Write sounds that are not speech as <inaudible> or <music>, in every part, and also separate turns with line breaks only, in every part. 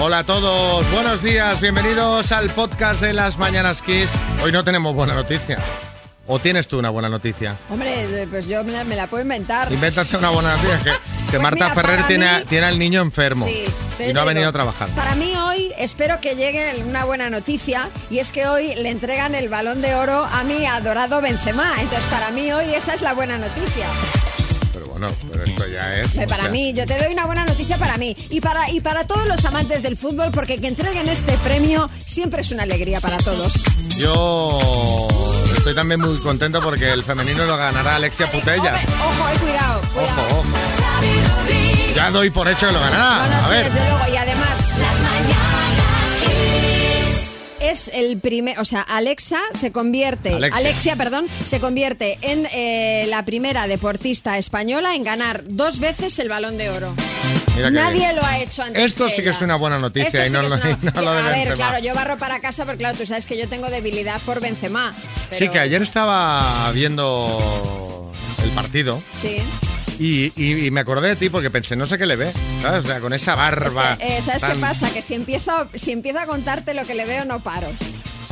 Hola a todos, buenos días, bienvenidos al podcast de las Mañanas Kiss. Hoy no tenemos buena noticia. ¿O tienes tú una buena noticia?
Hombre, pues yo me la, me la puedo inventar.
Invéntate una buena noticia. Que, que Marta
Pues mira,
Ferrer
para
tiene, a-
mí-
tiene al niño enfermo
Sí, pero
y
yo
no ha
digo,
venido a trabajar.
Para mí hoy espero que llegue una buena noticia y es que hoy le entregan el balón de oro a mi adorado Benzema. Entonces para mí hoy esa es la buena noticia.
Pero bueno, pero esto Pues ya es.
Eh,
o
Para
sea,
mí, yo te doy una buena noticia para mí y para, y para todos los amantes del fútbol porque que entreguen este premio siempre es una alegría para todos.
Yo estoy también muy contento porque el femenino lo ganará Alexia Putellas.
Ojo, eh, cuidado.
Ojo, ojo. Ya doy por hecho que lo
No,
ganará.
no,
a
sí,
ver.
desde luego. Y además. Es el primer, o sea, Alexa se convierte,
Alexia.
Alexia, perdón, se convierte en eh, la primera deportista española en ganar dos veces el Balón de Oro.
Mira qué
Nadie
bien.
lo ha hecho antes.
Esto sí que es una buena
Esto
noticia y
sí
no,
que es
lo,
una-
<laughs> y no lo de
a ver,
Benzema.
claro, yo barro para casa, pero claro, tú sabes que yo tengo debilidad por Benzema. pero-
Sí, que ayer estaba viendo el partido
Sí.
y, y- y me acordé de ti porque pensé, no sé qué le ve, ¿sabes? O sea, con esa
Es
barba.
que, eh, ¿Sabes
Ah, tan-
qué pasa? Que si empiezo, si empiezo a contarte lo que le veo, no paro.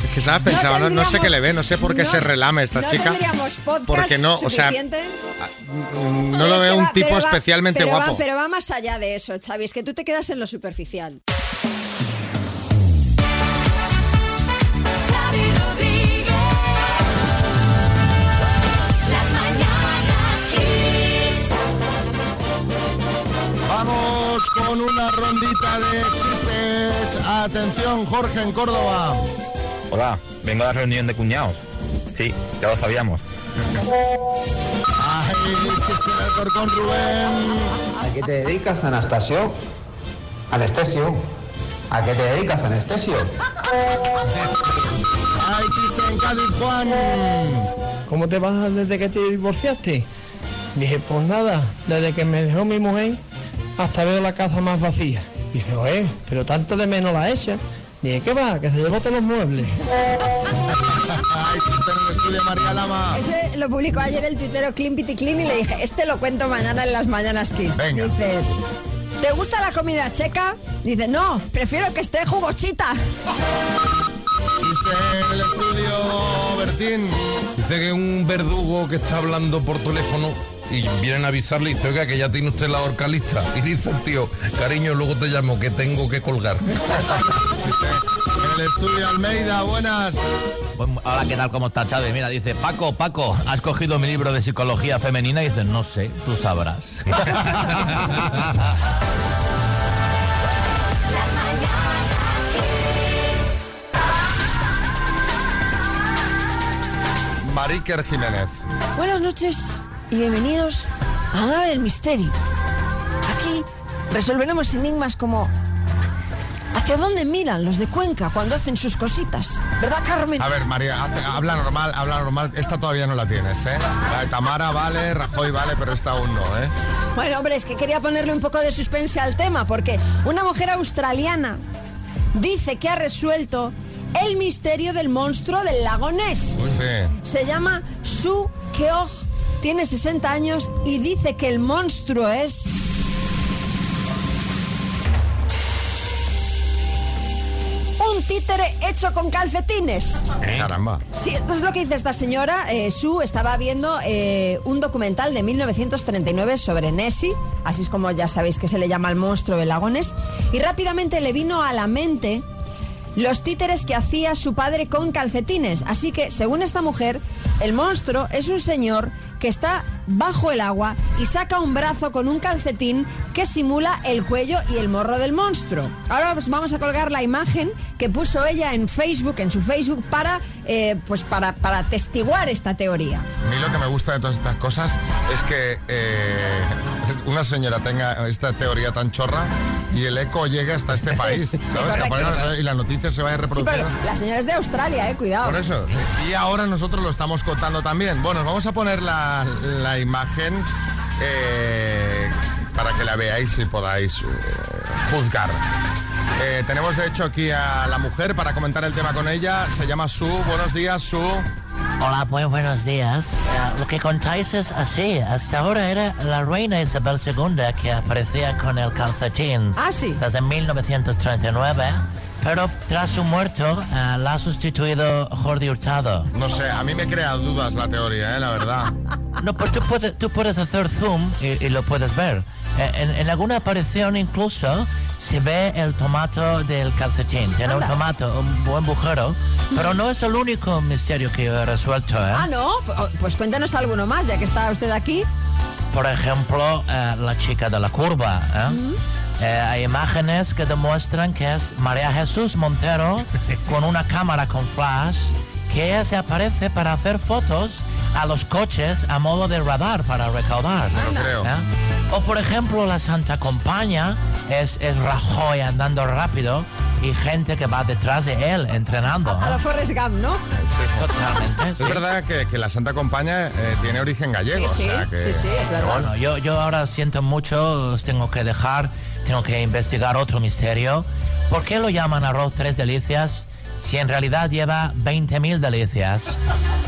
Es que, ¿sabes? Pensaba, no, no sé qué
tendríamos-
le ve, no sé por qué
no-
se relame esta
no
chica.
tendríamos podcast
porque no, o sea,
suficiente.
Mm, No
Pero
lo
es que
veo
va-
un tipo
pero va-
especialmente
pero va-
guapo.
pero va más allá de eso, Xavi, es que tú te quedas en lo superficial.
Vamos con una rondita de chistes. Atención, Jorge en Córdoba.
Hola, vengo a la reunión de cuñados. Sí, ya lo sabíamos.
Ay, chiste de Alcorcón, Rubén.
¿A qué te dedicas, Anastasio? Anestesio. ¿A qué te dedicas, Anestesio?
Ay, chiste en Cádiz, Juan.
¿Cómo te vas desde que te divorciaste? Dije, pues nada, desde que me dejó mi mujer hasta veo la casa más vacía. Dice, oye, pero tanto de menos la hecha. Dije, ¿qué va? Que se llevó todos los
<laughs>
muebles.
Ay, chiste en el estudio, María Lama.
Este lo publicó ayer el tuitero Clean Pity Clean y le dije, este lo cuento mañana en las mañanas Kiss.
Venga.
Dice, ¿te gusta la comida checa? Dice, no, prefiero que esté jugochita.
Chiste en el estudio, Bertín.
Dice que un verdugo que está hablando por teléfono y vienen a avisarle y dice, oiga, que ya tiene usted la horca lista. <laughs> Y dice el tío, cariño, luego te llamo, que tengo que colgar.
En el estudio, Almeida, buenas.
Pues,
Hola, ¿qué tal? ¿Cómo estás, Chávez? Mira, dice, Paco, Paco, ¿has cogido mi libro de psicología femenina? Y dice, no sé, tú sabrás.
Mariker Jiménez.
Buenas noches y bienvenidos a la nave del misterio. Aquí resolveremos enigmas como ¿hacia dónde miran los de Cuenca cuando hacen sus cositas? ¿Verdad, Carmen?
A ver, María, hace- habla normal, habla normal. Esta todavía no la tienes, ¿eh? La de Tamara vale, Rajoy vale, pero esta aún no, ¿eh?
Bueno, hombre, es que quería ponerle un poco de suspense al tema porque una mujer australiana dice que ha resuelto el misterio del monstruo del lago Ness.
Pues sí.
Se llama Su Keog, tiene 60 años y dice que el monstruo es... Un títere hecho con calcetines.
Caramba.
Sí, esto es lo que dice esta señora. Eh, Sue estaba viendo eh, un documental de 1939 sobre Nessie, así es como ya sabéis que se le llama el monstruo de Lagones, y rápidamente le vino a la mente los títeres que hacía su padre con calcetines. Así que, según esta mujer, el monstruo es un señor que está bajo el agua y saca un brazo con un calcetín que simula el cuello y el morro del monstruo. Ahora os vamos a colgar la imagen que puso ella en Facebook, en su Facebook, para, eh, pues para, para testiguar esta teoría.
A mí lo que me gusta de todas estas cosas es que eh, una señora tenga esta teoría tan chorra y el eco llegue hasta este país, ¿sabes? Que
correcto.
ponen- y la noticia se va a
Sí,
reproducir.
pero la señora es de Australia, eh, cuidado.
Por eso. Y ahora nosotros lo estamos contando también. Bueno, os vamos a poner la, la imagen eh, para que la veáis y podáis eh, juzgar. Eh, tenemos de hecho aquí a la mujer para comentar el tema con ella. Se llama Su. Buenos días, Su.
Hola, pues. muy buenos días. Eh, lo que contáis es así. Hasta ahora era la reina Isabel II que aparecía con el calcetín.
Ah, sí.
Desde 1939. Pero tras su muerto, eh, la ha sustituido Jordi Hurtado.
No sé, a mí me crea dudas la teoría, ¿eh? la verdad.
No, pues tú puedes, tú puedes hacer zoom y, y lo puedes ver. Eh, En, en alguna aparición incluso se ve el tomato del calcetín. Tiene
Anda.
un tomato, un buen bujero. Pero no es el único misterio que yo he resuelto, ¿eh?
Ah, no, P- oh, pues cuéntanos alguno más, ya que está usted aquí.
Por ejemplo, eh, la chica de la curva. ¿eh? Eh, hay imágenes que demuestran que es María Jesús Montero con una cámara con flash que ella se aparece para hacer fotos a los coches a modo de radar para recaudar.
No creo.
¿eh? O por ejemplo, la Santa Compañía es, es Rajoy andando rápido y gente que va detrás de él entrenando.
A
¿eh?
la Forrest Gump, ¿no?
Totalmente.
Es
sí.
verdad que, que la Santa Compaña eh, tiene origen gallego.
Sí, sí,
o sea que,
sí, sí, es verdad.
Bueno,
Bueno, yo, yo ahora siento mucho, os tengo que dejar, tengo que investigar otro misterio. ¿Por qué lo llaman arroz tres delicias si en realidad lleva 20.000 delicias?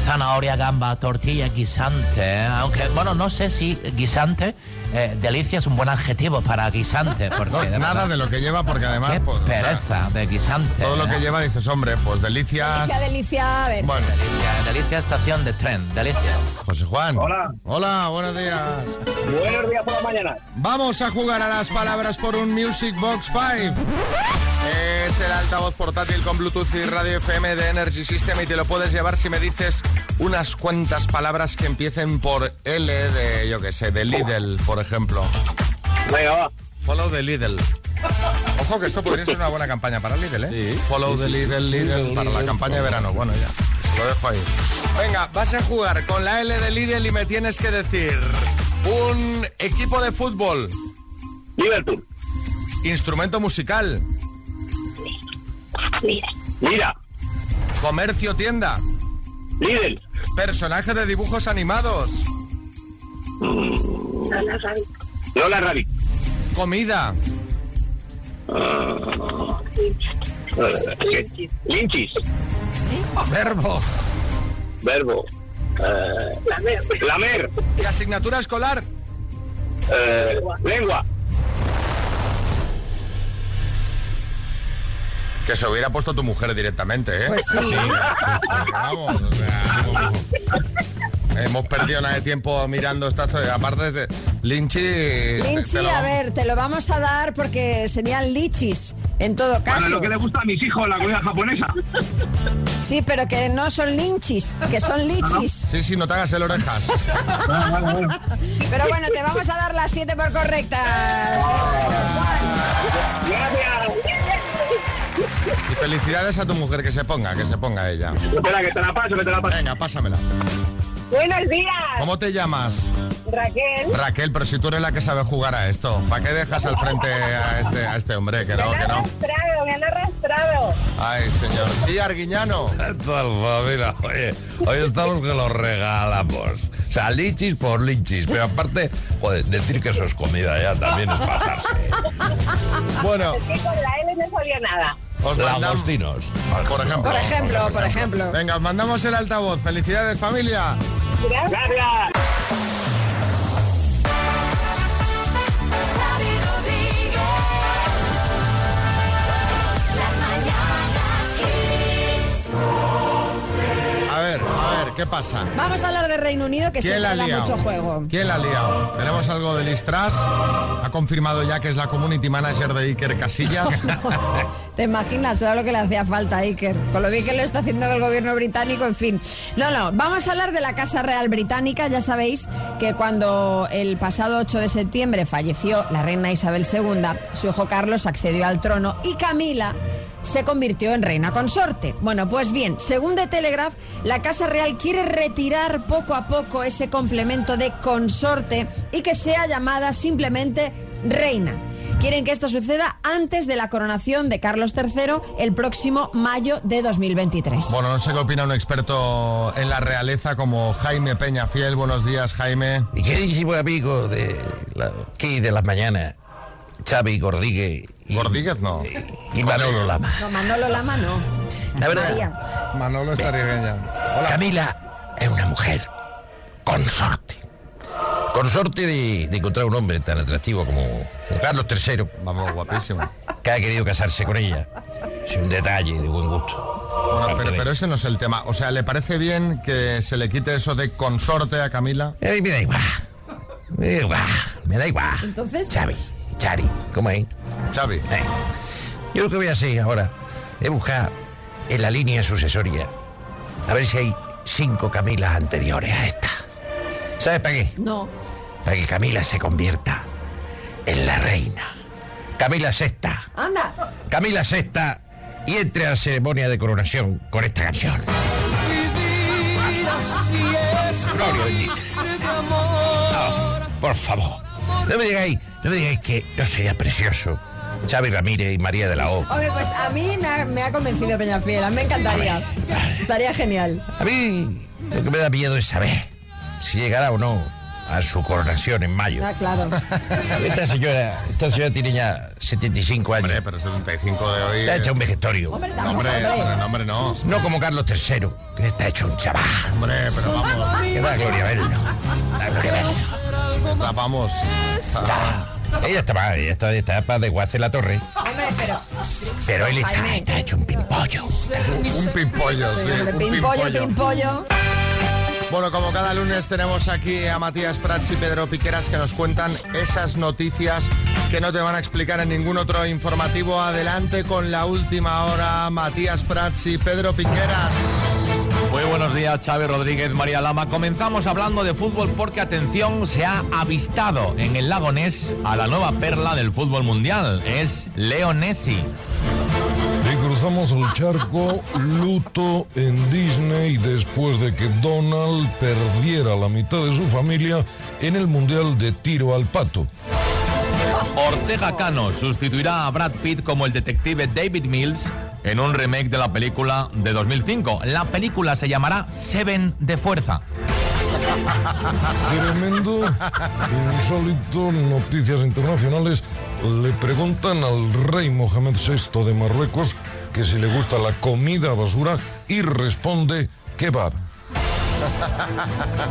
Zanahoria, gamba, tortilla, guisante. Aunque, bueno, no sé si guisante, eh, delicia es un buen adjetivo para guisante. Porque,
no,
de
nada
verdad,
de lo que lleva, porque además,
Qué
pues, o sea,
pereza de guisante.
todo lo que
¿eh?
lleva dices, hombre, pues delicias.
Delicia, delicia, a ver.
Bueno,
Delicia, delicia, estación de tren, delicias.
José Juan.
Hola.
Hola, buenos días.
Buenos días por la mañana.
Vamos a jugar a las palabras por un Music Box 5. Es el altavoz portátil con Bluetooth y radio FM de Energy System y te lo puedes llevar si me dices unas cuantas palabras que empiecen por L de, yo qué sé, de Lidl, por ejemplo.
Venga, va.
Follow the Lidl. Ojo que esto podría ser una buena campaña para Lidl, ¿eh? Follow the Lidl, Lidl, para la campaña de verano. Bueno, ya, se lo dejo ahí. Venga, vas a jugar con la L de Lidl y me tienes que decir un equipo de fútbol,
Liverpool.
instrumento musical,
Mira.
comercio tienda,
Lidl.
personaje de dibujos animados,
Lola Rabbit.
comida,
Eh, Ah. Linchis.
verbo.
Verbo. Eh, Lamer.
¿Y asignatura escolar?
Eh, lengua.
Que se hubiera puesto tu mujer directamente, ¿eh?
Pues sí.
Vamos, o sea, hemos perdido nada de tiempo mirando estas. Aparte de Linchi. te-
Linchi,
este, te lo-
a ver, te lo vamos a dar porque serían lichis, en todo
Para
caso.
lo que le gusta a mis hijos la comida japonesa.
Sí, pero que no son linchis, que
<laughs> Ah,
son lichis.
Sí, sí, no te hagas el orejas.
<laughs> Pero bueno, te vamos a dar las siete por correctas.
Y felicidades a tu mujer, que se ponga, que se ponga ella.
Espera, que te la paso, que te la paso.
Venga, pásamela.
Buenos días,
¿Cómo te llamas?
Raquel.
Raquel, pero si tú eres la que sabe jugar a esto, ¿para qué dejas al frente a este, a este hombre? Que no,
Me
que
han
no.
arrastrado, me han arrastrado.
Ay, señor. Sí, Arguiñano.
Tal familia, oye, hoy estamos que los regalamos. O sea, lichis por lichis. Pero aparte, joder, decir que eso es comida ya también es
<laughs>
pasarse.
Bueno,
Es que con la L no sabía nada.
<laughs> os mandamos.
Lagostinos.
Por ejemplo.
Por ejemplo, por ejemplo.
Venga, os mandamos el altavoz. Felicidades, familia.
Gracias.
Gracias.
A ver, a ver, ¿qué pasa?
Vamos a hablar de Reino Unido, que
¿Quién la ha
siempre da
liado?
mucho juego.
¿Quién la ha liado? Tenemos algo de Listras. Ha confirmado ya que es la community manager de Iker Casillas. <laughs>
Te imaginas, era lo que le hacía falta a Iker, con lo bien que lo está haciendo el gobierno británico, en fin. No, no, vamos a hablar de la Casa Real Británica. Ya sabéis que cuando el pasado 8 de septiembre falleció la reina Isabel II, su hijo Carlos accedió al trono y Camila se convirtió en reina consorte. Bueno, pues bien, según The Telegraph, la Casa Real quiere retirar poco a poco ese complemento de consorte y que sea llamada simplemente reina. Quieren que esto suceda antes de la coronación de Carlos III el próximo mayo de 2023.
bueno, no sé qué opina un experto en la realeza como Jaime Peña Fiel. Buenos días, Jaime.
Mi queridísimo amigo de la aquí de las mañanas, Xavi Gordigue y,
Gordíguez no.
y Manolo Lama.
No, Manolo Lama no.
La verdad,
María.
Manolo Estarigueña.
Camila es una mujer consorte. Consorte de, de encontrar un hombre tan atractivo como Carlos III.
Vamos, guapísimo.
Que ha querido casarse con ella. Es un detalle de buen gusto.
Bueno, pero, pero ese no es el tema. O sea, ¿le parece bien que se le quite eso de consorte a Camila?
Eh, me da igual. Me da igual. Me da igual. Entonces. Xavi. Chari. ¿Cómo es? Eh,
Xavi.
Yo lo que voy a hacer ahora es buscar en la línea sucesoria a ver si hay cinco Camilas anteriores a esta. ¿Sabes para qué?
No.
Para que Camila se convierta en la reina. Camila VI.
Anda.
Camila VI y entre a la ceremonia de coronación con esta canción. Gloria bendita. No, Ah, por favor. No me digáis, no me digáis que no sería precioso. Xavi Ramírez y María de la O.
Hombre, pues a mí me ha, me ha convencido Peñafiel, a mí me encantaría. Estaría genial.
A mí lo que me da miedo es saber si llegará o no a su coronación en mayo.
Ah, claro.
Esta señora, esta señora tiene ya 75 años.
Hombre, pero 75 de hoy.
Está hecha un vegetorio.
Hombre,
No,
tampoco,
hombre, hombre, no, hombre, no.
No como Carlos III, que está hecho un chaval.
Hombre, pero vamos.
Que da gloria verlo. Da
pues
gloria verlo.
Está, vamos. Está-
Ella está mal, ella está, está para desguace la torre.
Hombre, pero.
Pero él está,
Jaime.
está hecho un pimpollo.
Un pimpollo, sí.
Hombre,
un
pimpollo,
pimpollo.
pimpollo.
Bueno, como cada lunes tenemos aquí a Matías Prats y Pedro Piqueras que nos cuentan esas noticias que no te van a explicar en ningún otro informativo. Adelante con la última hora, Matías Prats y Pedro Piqueras.
Muy buenos días, Chávez Rodríguez, María Lama. Comenzamos hablando de fútbol porque, atención, se ha avistado en el lago Ness a la nueva perla del fútbol mundial. Es Leonesi.
Y cruzamos el charco, luto en Disney después de que Donald perdiera la mitad de su familia en el Mundial de Tiro al Pato.
Ortega Cano sustituirá a Brad Pitt como el detective David Mills en un remake de la película de 2005. La película se llamará Seven de Fuerza.
Tremendo, insólito, noticias internacionales. Le preguntan al rey Mohamed VI de Marruecos que si le gusta la comida basura y responde kebab.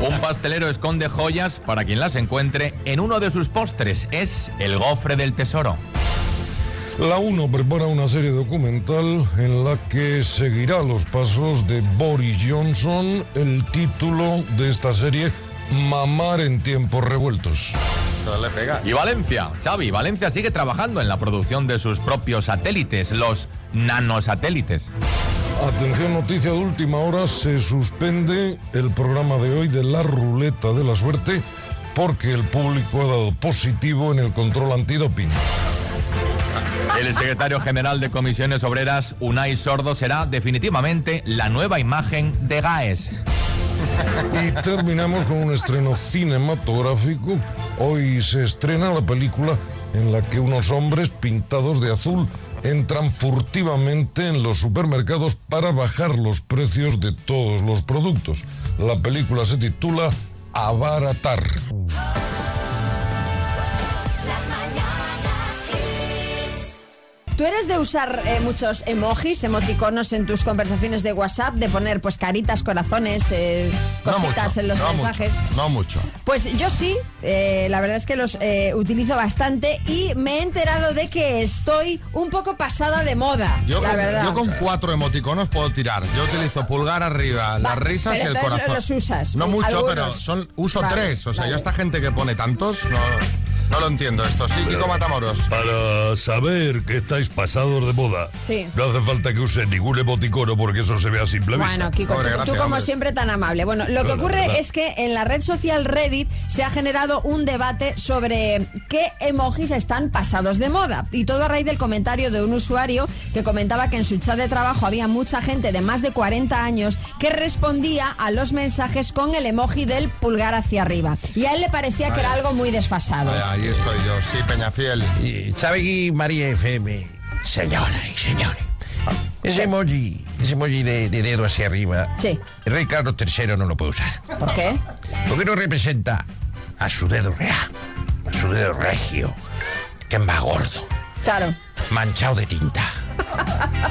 Un pastelero esconde joyas para quien las encuentre en uno de sus postres. Es el gofre del tesoro.
La 1 prepara una serie documental en la que seguirá los pasos de Boris Johnson. El título de esta serie, Mamar en tiempos revueltos.
Esto le pega.
Y Valencia, Xavi, Valencia sigue trabajando en la producción de sus propios satélites, los nanosatélites.
Atención, noticia de última hora, se suspende el programa de hoy de la ruleta de la suerte porque el público ha dado positivo en el control antidoping.
El secretario general de Comisiones Obreras, Unai Sordo, será definitivamente la nueva imagen de GAES.
Y terminamos con un estreno cinematográfico. Hoy se estrena la película en la que unos hombres pintados de azul entran furtivamente en los supermercados para bajar los precios de todos los productos. La película se titula Abaratar.
¿Tú eres de usar eh, muchos emojis, emoticonos en tus conversaciones de WhatsApp? De poner pues caritas, corazones, eh,
No
cositas
mucho,
en los
no
mensajes.
mucho, no mucho.
Pues yo sí, eh, la verdad es que los eh, utilizo bastante y me he enterado de que estoy un poco pasada de moda,
Yo
la
con,
verdad.
yo con cuatro emoticonos puedo tirar. Yo utilizo pulgar arriba, las risas y
pero
el
entonces
corazón.
los usas,
No
un-
mucho,
algunos.
pero son uso
Vale,
tres. O sea,
vale.
yo esta gente que pone tantos, no, no lo entiendo esto. Sí, Kiko Matamoros.
Para saber que estáis pasados de moda,
Sí.
no hace falta que uses ningún emoticono porque eso se ve a simple
Bueno, Kiko,
Pobre,
tú- tú,
gracias,
como
hombre.
siempre tan amable. Bueno, lo que
Claro,
ocurre
claro.
es que en la red social Reddit se ha generado un debate sobre qué emojis están pasados de moda. Y todo a raíz del comentario de un usuario que comentaba que en su chat de trabajo había mucha gente de más de 40 años que respondía a los mensajes con el emoji del pulgar hacia arriba. Y a él le parecía que era algo muy desfasado.
Vaya, ahí estoy yo, sí, Peñafiel.
Y Xavi y Eh, María FM, señoras y señores.
Ah.
Ese emoji, ese emoji de, de dedo hacia arriba,
Sí.
el rey Carlos III no lo puede usar.
¿Por qué?
Porque no representa a su dedo real, a su dedo regio, que es más gordo,
Claro.
manchado de tinta.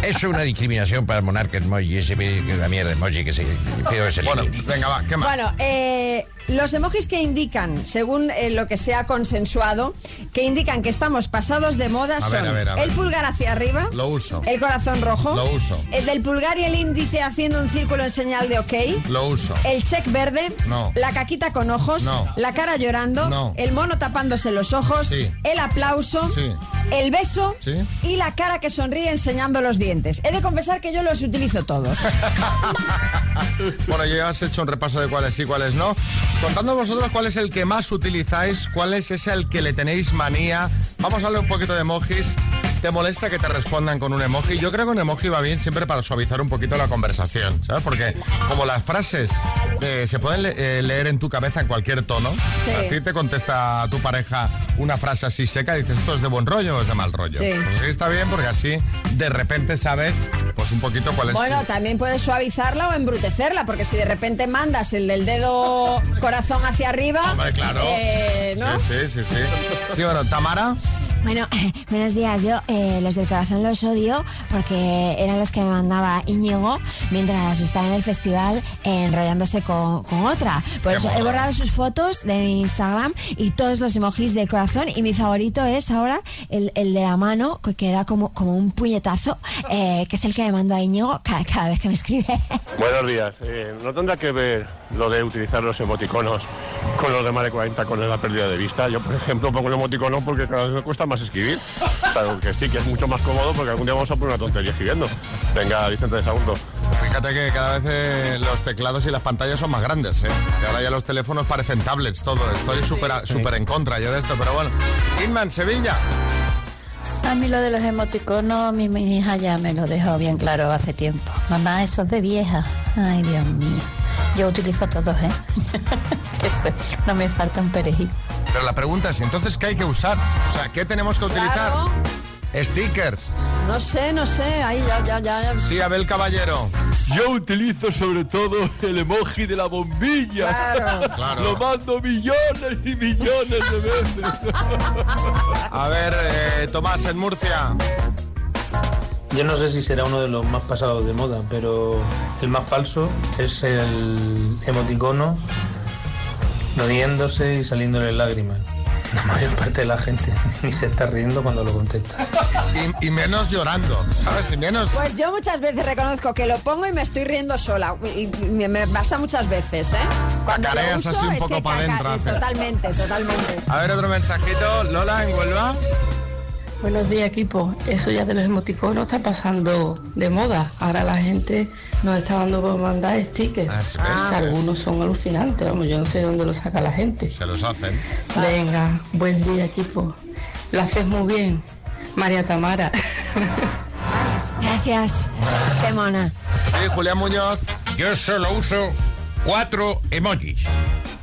Es una discriminación para el monarca emoji, ese pe- que la mierda de emoji que se que pido que se
Bueno,
elimine.
venga, va, ¿qué más?
Bueno, eh, los emojis que indican, según eh, lo que se ha consensuado, que indican que estamos pasados de moda
A
son
ver, a ver, a ver.
el pulgar hacia arriba,
Lo uso.
el corazón rojo,
Lo uso.
el del pulgar y el índice haciendo un círculo en señal de ok.
Lo uso.
El check verde,
No.
la caquita con ojos,
No.
la cara llorando,
No.
el mono tapándose los ojos,
Sí.
el aplauso,
Sí.
el beso
Sí.
y la cara que sonríe enseñando los dientes. He de confesar que yo los utilizo
<laughs>
todos.
Bueno, ya has hecho un repaso de cuáles sí, cuáles no. Contadnos vosotros cuál es el que más utilizáis, cuál es ese al que le tenéis manía. Vamos a hablar un poquito de emojis. ¿Te molesta que te respondan con un emoji? Yo creo que un emoji va bien siempre para suavizar un poquito la conversación, ¿sabes? Porque como las frases eh, se pueden le- eh, leer en tu cabeza en cualquier tono,
Sí.
a ti te contesta tu pareja una frase así seca y dices, ¿esto es de buen rollo o es de mal rollo?
Sí.
Pues sí, está bien porque así de repente sabes pues un poquito cuál es...
Bueno, también puedes suavizarla o embrutecerla, porque si de repente mandas el del dedo corazón hacia arriba,
Hombre, claro.
eh, ¿no?
Sí, sí, sí, sí. Sí, bueno, Tamara.
Bueno, <laughs> buenos días. Yo eh, los del corazón los odio porque eran los que me mandaba Íñigo mientras estaba en el festival eh, enrollándose con, con otra. Por
Qué
eso he
mono.
borrado sus fotos de mi Instagram y todos los emojis de corazón. Y mi favorito es ahora el, el de la mano que- que da como, como un puñetazo, eh, que es el que me mando a Íñigo cada, cada vez que me escribe.
Buenos días. Eh, ¿No tendrá que ver lo de utilizar los emoticonos con los de más de 40 con la pérdida de vista? Yo, por ejemplo, pongo el emoticono porque cada vez me cuesta más escribir. Claro que sí, que es mucho más cómodo porque algún día vamos a poner una tontería escribiendo. Venga, Vicente de Sagunto.
Fíjate que cada vez eh, los teclados y las pantallas son más grandes, ¿eh? Y ahora ya los teléfonos parecen tablets, todo. Estoy súper a- súper en contra yo de esto, pero bueno. Inman, Sevilla.
A mí lo de los emoticonos, mi, mi hija ya me lo dejó bien claro hace tiempo. Mamá, eso es de vieja. Ay, Dios mío. Yo utilizo todos, ¿eh? <laughs> que sé, no me falta un perejil.
Pero la pregunta es, entonces, ¿qué hay que usar? O sea, ¿qué tenemos que utilizar?
Claro.
Stickers.
No sé, no sé, ahí ya, ya, ya. ya.
Sí, Abel Caballero.
Yo utilizo sobre todo el emoji de la bombilla.
Claro.
Claro.
Lo mando millones y millones de veces.
A ver, eh, Tomás, en Murcia.
Yo no sé si será uno de los más pasados de moda, pero el más falso es el emoticono riéndose y saliéndole lágrimas. <laughs> La mayor parte de la gente <laughs> ni se está riendo cuando lo contesta.
Y, y menos llorando, ¿sabes? Y menos...
Pues yo muchas veces reconozco que lo pongo y me estoy riendo sola. Y me, me pasa muchas veces, ¿eh? Cuando lo
Cacareas
uso,
así un
es
poco
que
pa'
caca- eh,
dentro, hace.
Totalmente, totalmente.
A ver, otro mensajito. Lola, en Huelva.
Buenos días, equipo. Eso ya de los emoticonos está pasando de moda. Ahora la gente nos está dando por mandar stickers.
Ah, sí, ves,
Que
ves.
algunos son alucinantes, vamos, yo no sé de dónde lo saca la gente.
Se los hacen.
Venga, buen día, equipo. Lo haces muy bien, María Tamara.
Gracias. Qué mona.
Sí, Julián Muñoz.
Yo solo uso cuatro emojis.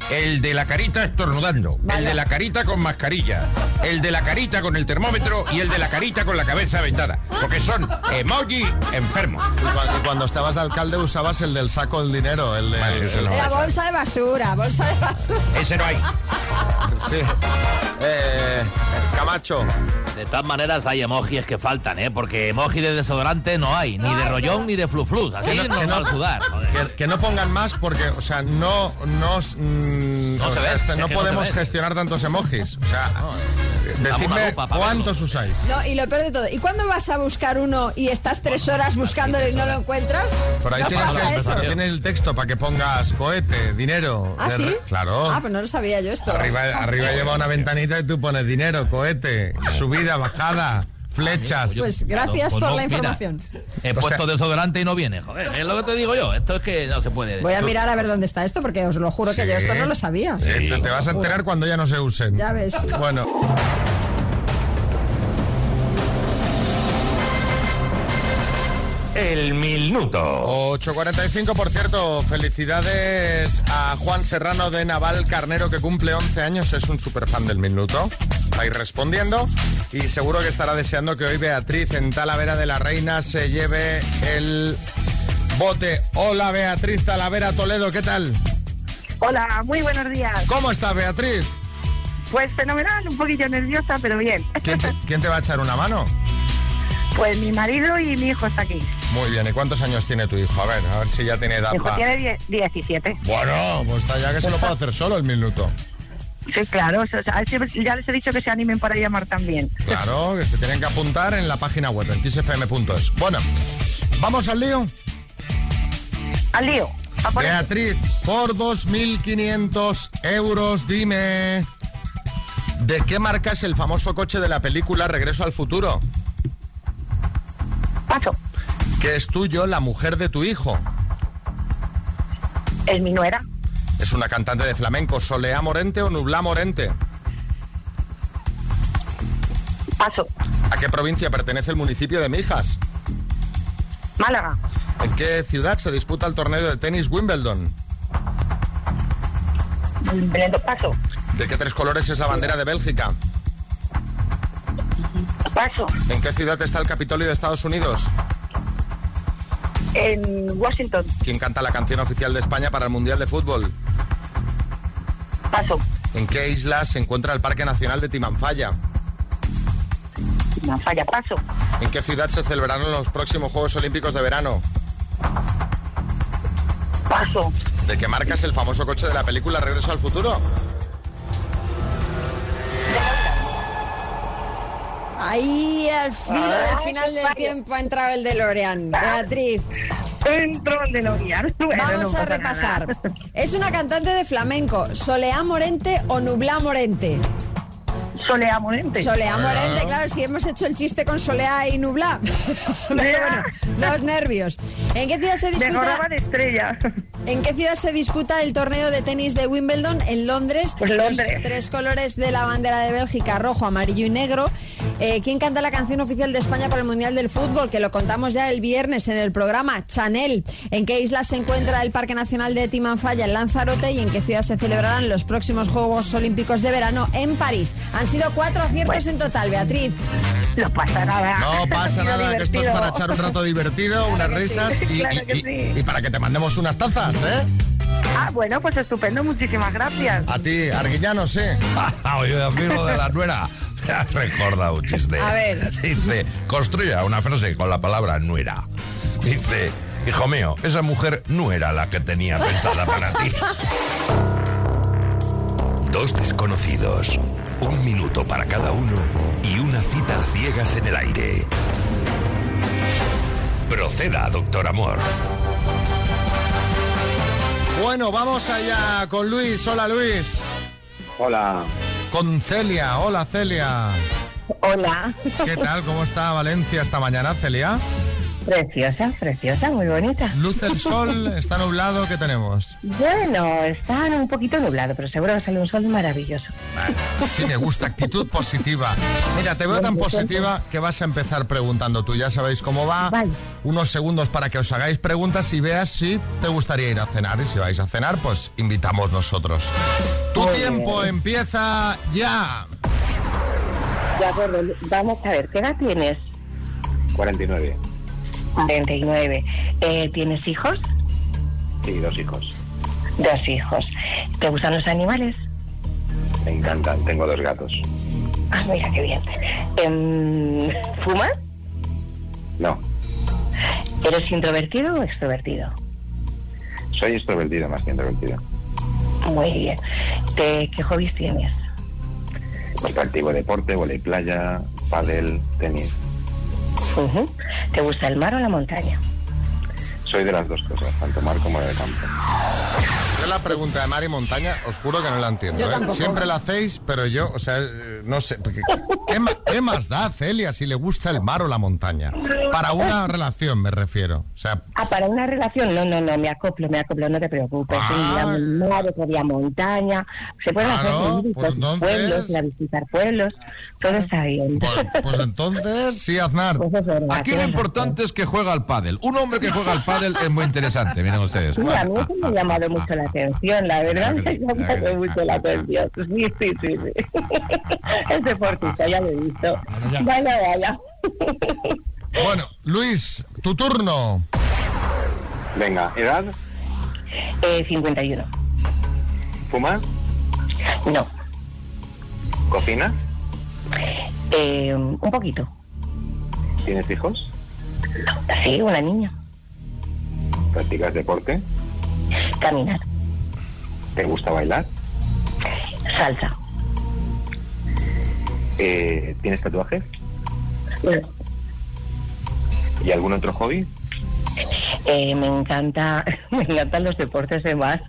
El de la carita estornudando, el de la carita con mascarilla, el de la carita con el termómetro y el de la carita con la cabeza vendada. Porque son emojis enfermos.
Y cua- y cuando, estabas de alcalde usabas el del saco del dinero, el de...
Vale, eso no.
La bolsa de basura, bolsa de basura.
Ese no hay.
Sí. Eh, Camacho.
De todas maneras hay emojis que faltan, ¿eh? Porque emoji de desodorante no hay, ni de rollón ni de fluflus. Así
Que no-
nos va
que no-
a sudar. joder.
Que, que no pongan más porque, o sea, no nos... mm,
No
o
se
sea,
ve,
este,
es
no
que no
podemos
se ve. eh,
gestionar tantos emojis. O sea, eh,
Damos la
decidme
lupa para
cuántos usáis.
No, y lo peor de todo, ¿y cuándo vas a buscar uno y estás tres horas buscándolo y no lo encuentras?
Por ahí
¿No
tienes,
pasa
el,
eso?
pero tienes el texto para que pongas cohete, dinero.
¿Ah,
de-
sí?
Claro.
Ah, pues no lo sabía yo esto.
Arriba, arriba lleva una ventanita y tú pones dinero, cohete, subida, bajada, flechas.
Pues gracias
Pues
por
no,
la
mira,
información.
He
sea-
puesto desodorante y no viene, joder. Es lo que te digo yo. Esto es que no se puede.
Voy a mirar a ver dónde está esto, porque os lo juro que
Sí.
yo esto no lo sabía.
Sí, te, te vas a enterar cuando ya no se usen.
Ya ves.
Bueno.
El minuto.
8.45, por cierto, felicidades a Juan Serrano de Naval Carnero, que cumple 11 años, es un superfan del Minuto. Va a ir respondiendo y seguro que estará deseando que hoy Beatriz en Talavera de la Reina se lleve el bote. Hola Beatriz Talavera Toledo, ¿qué tal?
Hola, muy buenos días.
¿Cómo
<laughs>
estás Beatriz?
Pues fenomenal, un poquillo nerviosa, pero bien.
¿Quién te, quién te va a echar una mano?
Pues mi marido y mi hijo está aquí.
Muy bien, ¿y cuántos años tiene tu hijo? A ver, a ver si ya tiene edad
Mi hijo
pa-
tiene die- 17.
Bueno, pues está ya que se lo puedo hacer solo el minuto.
Sí, claro. o sea, a él siempre- ya les he dicho que se animen para llamar también.
Claro, que se tienen que apuntar en la página web, en kissfm.es. Bueno, ¿vamos al lío?
Al lío.
Beatriz, por 2.500 euros, dime... ¿De qué marca es el famoso coche de la película Regreso al Futuro?
Paso.
Que es tuyo la mujer de tu hijo.
Es mi nuera.
Es una cantante de flamenco, Solea Morente o Nubla Morente.
Paso.
¿A qué provincia pertenece el municipio de Mijas?
Málaga.
¿En qué ciudad se disputa el torneo de tenis Wimbledon?
Belén, paso.
¿De qué tres colores es la bandera de Bélgica?
Paso.
¿En qué ciudad está el Capitolio de Estados Unidos?
En Washington.
¿Quién canta la canción oficial de España para el Mundial de Fútbol?
Paso.
¿En qué isla se encuentra el Parque Nacional de Timanfaya?
Timanfaya, paso.
¿En qué ciudad se celebrarán los próximos Juegos Olímpicos de verano?
Paso.
¿De qué marca es el famoso coche de la película Regreso al Futuro?
Ahí al filo del final del tiempo ha entrado el DeLorean. Beatriz.
Entró el DeLorean. <laughs>
Vamos a repasar. Es una cantante de flamenco. ¿Soleá Morente o Nublá Morente?
Soleá Morente.
Soleá
Ah.
Morente, claro, si hemos hecho el chiste con Soleá y Nublá. Pero <laughs> bueno,
<laughs>
los nervios. ¿En qué ciudad se
Me
disputa?
joroban estrella. <laughs>
¿En qué ciudad se disputa el torneo de tenis de Wimbledon? En Londres.
Pues Londres.
Los tres colores de la bandera de Bélgica, rojo, amarillo y negro. Eh, ¿Quién canta la canción oficial de España para el Mundial del Fútbol? Que lo contamos ya el viernes en el programa Chanel. ¿En qué isla se encuentra el Parque Nacional de Timanfaya en Lanzarote? ¿Y en qué ciudad se celebrarán los próximos Juegos Olímpicos de verano en París? Han sido cuatro aciertos en total, Beatriz.
No pasa nada.
<laughs>
No pasa
Mira,
nada, que esto es
divertido.
para echar un
<laughs>
rato divertido, unas
que sí,
risas y,
claro
y-
que
y- y para que te mandemos unas tazas, ¿eh?
Ah, bueno, pues estupendo. Muchísimas gracias.
A ti, Arguillano, sí.
Ah, Oye, amigo de la nuera, <laughs> me has recordado un chiste.
A ver.
Dice, construya una frase con la palabra nuera. Dice, hijo mío, esa mujer no era la que tenía pensada para ti.
<laughs> Dos desconocidos, un minuto para cada uno y una cita a ciegas en el aire. Proceda, doctor Amor.
Bueno, vamos allá con Luis. Hola, Luis.
Hola.
Con Celia. Hola, Celia.
Hola.
¿Qué tal? ¿Cómo está Valencia esta mañana, Celia?
Pues
Preciosa, preciosa, muy bonita.
<laughs>
Luce el sol, está nublado, ¿qué tenemos?
Bueno, está un poquito nublado, pero seguro que sale un sol maravilloso.
pues Sí, me gusta, actitud positiva. Mira, te veo tan
pues
positiva que vas a empezar preguntando tú. Ya sabéis cómo va. Unos segundos para que os hagáis preguntas y veas si te gustaría ir a cenar. Y si vais a cenar, pues invitamos nosotros. Tu
Muy
tiempo
bien.
empieza ya.
De acuerdo, vamos a ver, ¿qué edad tienes?
49.
39. Eh, ¿Tienes hijos?
Sí, dos hijos.
Dos hijos. ¿Te gustan los animales?
Me encantan. Tengo dos gatos.
Ah, mira qué bien. Em, ¿Fumas?
No,
¿Eres introvertido o extrovertido?
soy extrovertido más que introvertido.
Muy bien. ¿Te- ¿Qué hobbies tienes?
Pues practico deporte, volei playa, pádel, tenis.
Ujú. ¿Te gusta el mar o la montaña?
Soy de las dos cosas, tanto mar como de campo.
Yo la pregunta de Mari Montaña, os juro que no la entiendo.
Yo
¿eh?
tampoco.
Siempre la hacéis, pero yo, o sea, eh, no sé. porque- ¿qué, ma- qué más da Celia si le gusta el mar o la montaña? Para una relación me refiero. O sea,
Ah, para una relación, no, no, no, me acoplo, me acoplo, no te preocupes. Un día mar, otro día montaña. Se pueden
Ah. Claro,
hacer
pues
visitas,
entonces-
pueblos, ir a visitar pueblos, todo está bien. Pues
pues entonces, sí, Aznar.
Aquí lo importante es que juega al pádel. Un hombre que juega al pádel es muy interesante, miren ustedes.
Sí, a mí eso
Ah,
me ha llamado mucho la atención, la verdad me ha llamado mucho
ah,
la atención. Sí, sí, sí, sí. Es deportista, ya lo he
ah,
visto. Vaya, vaya.
Bueno, Luis, tu turno.
Venga, ¿edad?
Eh, 51.
¿Fuma?
No.
¿Cocina?
Eh, un poquito.
¿Tienes hijos?
Sí, una niña.
¿Practicas deporte?
Caminar.
¿Te gusta bailar?
Salsa.
Eh, ¿Tienes tatuajes?
Bueno,
¿Y algún otro hobby?
eh, me encanta, <laughs> me encantan los deportes de mar.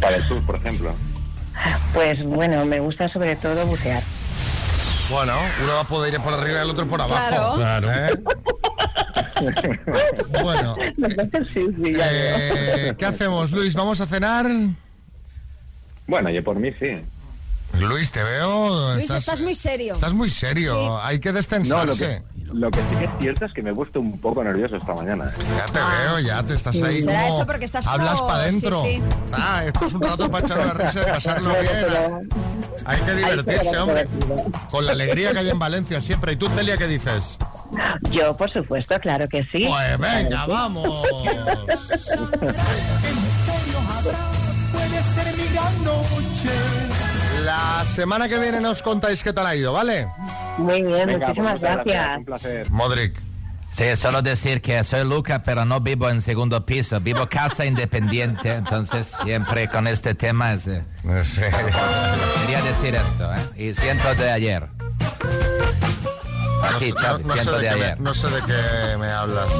Para el sur, por ejemplo.
Pues bueno, me gusta sobre todo
<laughs>
bucear.
Bueno, uno va a poder ir por arriba y el otro por abajo.
Claro.
¿Eh?
<laughs>
Bueno. Eh, ¿Qué hacemos, Luis? ¿Vamos a cenar?
Bueno, yo por mí sí.
Luis, te veo.
Luis, estás muy serio.
estás muy serio.
Sí.
Hay que
No, lo
destensarse.
que, lo que sí que es cierto es que me he puesto un poco nervioso esta mañana. ¿eh?
Ya te veo, ya te estás ahí.
Será
como-
eso porque estás
Hablas
como-
para adentro.
sí, sí.
Ah, esto es un rato para echar la risa y pasarlo
Bueno,
bien.
pero-
Hay que
Ay,
divertirse,
pero-
hombre. Con la alegría que hay en Valencia siempre. ¿Y tú, Celia, qué dices?
Yo, por supuesto, claro que sí.
Pues venga,
Claro que sí.
vamos.
Puede ser mi gran noche.
La semana que viene nos contáis qué tal ha ido, ¿vale?
Muy bien,
Venga,
muchísimas
pues, muchas gracias,
gracias.
un placer. Modric.
Sí, solo decir que soy Luca, pero no vivo en segundo piso, vivo
<laughs>
casa independiente, entonces siempre con este tema es... eh, Quería decir esto, ¿eh? Y siento de ayer.
No,
Sí,
sé-
Xavi,
no- no sé
siento
de
de
qué me-
ayer.
no sé de qué me hablas.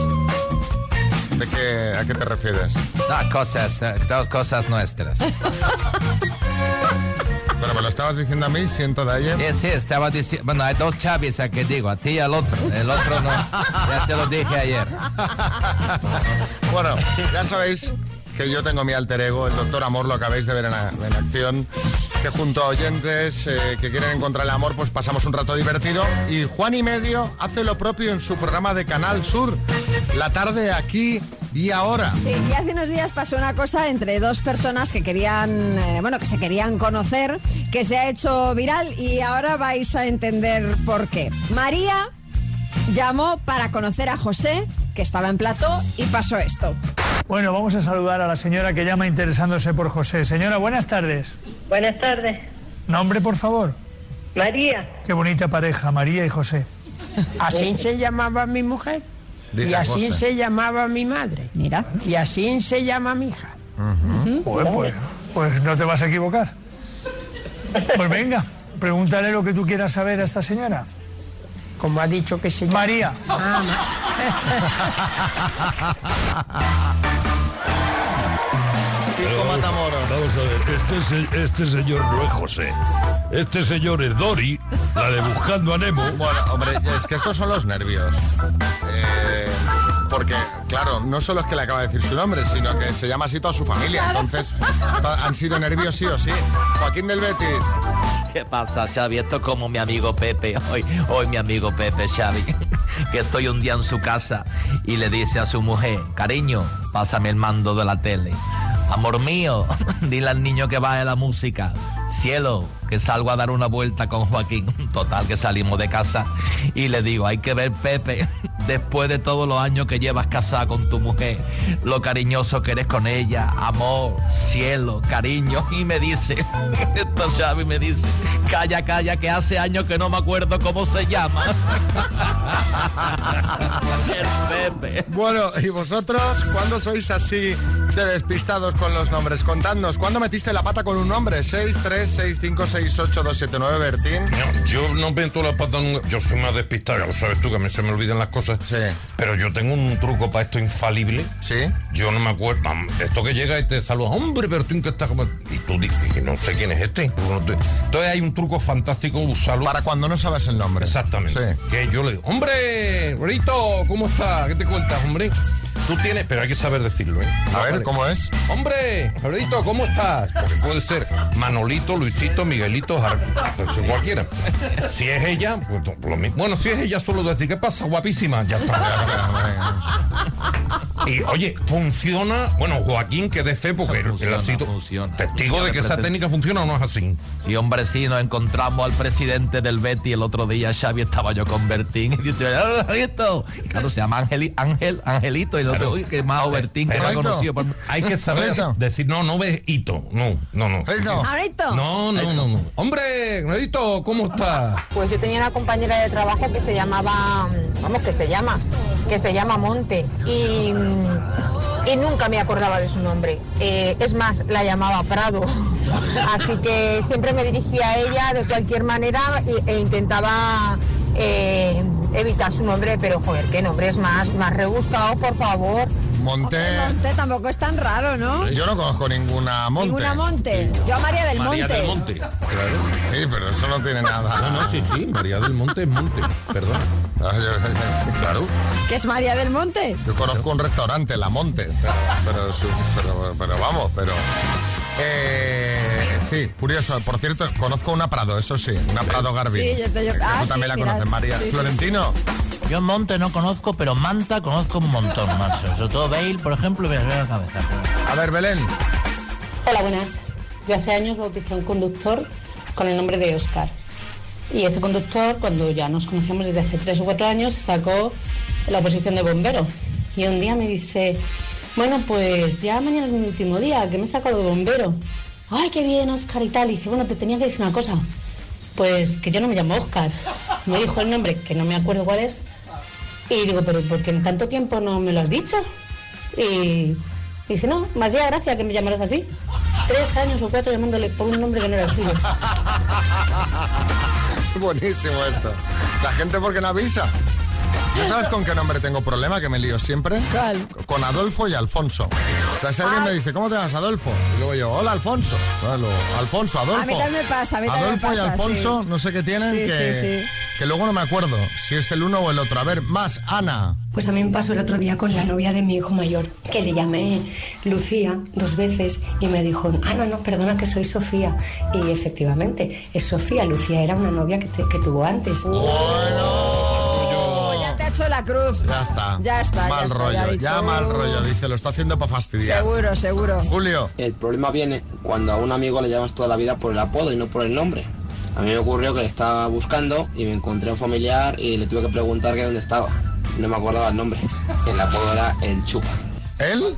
¿De qué, ¿A qué te refieres?
No, cosas, eh, dos cosas nuestras.
Pero me lo estabas diciendo a mí, siento de ayer.
Sí, sí, estaba diciendo... Bueno, hay dos Chavis a que digo, a ti y al otro. El otro no, ya te lo dije ayer.
Bueno, ya sabéis que yo tengo mi alter ego, el doctor Amor, lo acabáis de ver en, a- en acción, que junto a oyentes eh, que quieren encontrar el amor, pues pasamos un rato divertido. Y Juan y Medio hace lo propio en su programa de Canal Sur, la tarde aquí y ahora.
Sí, y hace unos días pasó una cosa entre dos personas que querían, eh, bueno, que se querían conocer, que se ha hecho viral y ahora vais a entender por qué. María llamó para conocer a José, que estaba en plató, y pasó esto.
Bueno, vamos a saludar a la señora que llama interesándose por José. Señora, buenas tardes.
Buenas tardes.
Nombre, por favor.
María.
Qué bonita pareja, María y José.
Así se llamaba mi mujer.
Dice
y así
José.
se llamaba mi madre.
Mira.
Y así se llama mi hija.
Joder, pues, pues no te vas a equivocar. Pues venga, pregúntale lo que tú quieras saber a esta señora.
Como ha dicho que se llama. <laughs>
María.
Matamoros.
Vamos a ver, este, se- este señor no es José. Este señor es Dori, la de Buscando a Nemo.
Bueno, hombre, es que estos son los nervios. Eh, porque, claro, no solo es que le acaba de decir su nombre, sino que se llama así toda su familia. Entonces, to- han sido nervios sí o sí. Joaquín del Betis.
¿Qué pasa, Xavi? Esto es como mi amigo Pepe, hoy, hoy mi amigo Pepe, Xavi, <laughs> que estoy un día en su casa y le dice a su mujer, cariño, pásame el mando de la tele. Amor mío, <laughs> dile al niño que baje la música. Cielo, que salgo a dar una vuelta con Joaquín. <laughs> Total, que salimos de casa y le digo, hay que ver Pepe, <laughs> después de todos los años que llevas casada con tu mujer, lo cariñoso que eres con ella, amor, cielo, cariño. Y me dice, <laughs> esto Xavi me dice, calla, calla, que hace años que no me acuerdo cómo se llama. <laughs> El Pepe.
Bueno, ¿y vosotros cuándo sois así de despistados con los nombres? Contadnos, ¿cuándo metiste la pata con un nombre? 636568279, Bertín.
No, yo no meto la pata nunca. Yo soy más despistado, ya lo sabes tú, que a mí se me olvidan las cosas. Pero yo tengo un truco para esto infalible.
Sí.
Yo no me acuerdo. mam, Esto que llega y te saluda, hombre, Bertín, que estás como. Y tú dices que no sé quién es este. tú no te- Entonces hay un truco fantástico usarlo.
Para cuando no sabes el nombre.
Exactamente. Que yo le digo, hombre, Rito, ¿cómo estás? ¿Qué te cuentas, hombre? Tú tienes, pero hay que saber decirlo, ¿eh?
A ver, ¿cómo es?
Hombre, Alberito, ¿cómo estás? Porque puede ser Manolito, Luisito, Miguelito, Jar- pues, cualquiera. Si es ella, pues lo mismo. Bueno, si es ella, solo decir, ¿qué pasa, guapísima? Ya está.
<laughs>
Y oye, funciona. Bueno, Joaquín, que de fe, porque él- él ha sido testigo de que esa técnica. funciona o no es así.
Y hombre, sí, nos encontramos al presidente del Betty el otro "Ah, día, Xavi, estaba yo con Bertín y dice, "Hola, Angelito". Y claro, se llama Ángel Ángel, Angelito, y el otro Claro, uy, qué más overtín que no ha
Correcto.
conocido. por-
Hay que saber
Correcto.
decir, no, no ves hito. No, no, no.
Ahorita.
No, no, no, no. Hombre, Hito, ¿cómo estás?
Pues yo tenía una compañera de trabajo que se llamaba, vamos, que se llama, que se llama Monte. Y, mm, y nunca me acordaba de su nombre. Eh, es más, la llamaba Prado. Así que siempre me dirigía a ella de cualquier manera e, e intentaba eh, evitar su nombre, pero joder, qué nombre es más, más rebuscado, por favor.
Monte.
Monte tampoco es tan raro, ¿no?
Yo no conozco ninguna monte.
Ninguna Monte. Yo a María del Monte.
Claro. Sí, pero eso no tiene nada. Ah,
No, no, sí, sí, María del Monte es Monte,
<laughs>
perdón.
Claro.
¿Qué es María del Monte?
Yo conozco un restaurante, La Monte, pero, pero, su- pero- pero vamos, pero... Eh, sí, curioso. Por cierto, conozco una Prado, eso sí, una <laughs> Prado Garbi.
Sí, yo te- yo-
Que tú
ah, sí,
también la
mira.
conoces, María.
Sí, sí,
Florentino.
Yo Monte no conozco, pero Manta conozco un montón, macho. Sobre todo Bale, por ejemplo, me la cabeza.
A ver, Belén.
Hola, buenas. Yo hace años bauticé a un conductor con el nombre de Oscar. Y ese conductor, cuando ya nos conocíamos desde hace tres o cuatro años, se sacó la posición de bombero. Y un día me dice, bueno, pues ya mañana es mi último día, que me he sacado de bombero. Ay, qué bien, Oscar y tal. Y dice, bueno, te tenía que decir una cosa. Pues que yo no me llamo Oscar. Me dijo el nombre, que no me acuerdo cuál es. Y digo, pero ¿por qué en tanto tiempo no me lo has dicho? Y dice, no, me hacía gracia que me llamaras así. Tres años o cuatro llamándole por un nombre que no era suyo.
<laughs> Buenísimo esto. La gente porque no avisa. ¿Yo sabes con qué nombre tengo problema que me lío siempre? Con Adolfo y Alfonso. O sea, si alguien
Ah.
me dice, ¿cómo te llamas Adolfo? Y luego yo, hola Alfonso. Bueno, luego, Alfonso, Adolfo.
A mí también me pasa, a mí también me
Adolfo y
pasa,
Alfonso,
sí.
no sé qué tienen,
Sí,
que,
sí, sí.
que luego no me acuerdo si es el uno o el otro. A ver, más, Ana.
Pues a mí me pasó el otro día con la novia de mi hijo mayor, que le llamé Lucía dos veces y me dijo, ah, no, no, perdona que soy Sofía. Y efectivamente, es Sofía, Lucía era una novia que, te- que tuvo antes.
Oh, Pues ya te ha hecho la cruz.
Ya está.
Ya está.
mal
ya está,
rollo,
ya
ya,
ha dicho.
mal rollo. Dice, lo está haciendo para fastidiar.
Seguro, seguro.
Julio.
El problema viene cuando a un amigo le llamas toda la vida por el apodo y no por el nombre. A mí me ocurrió que le estaba buscando y me encontré a un familiar y le tuve que preguntar que dónde estaba. No me acordaba el nombre. El apodo era el chupa.
¿El? El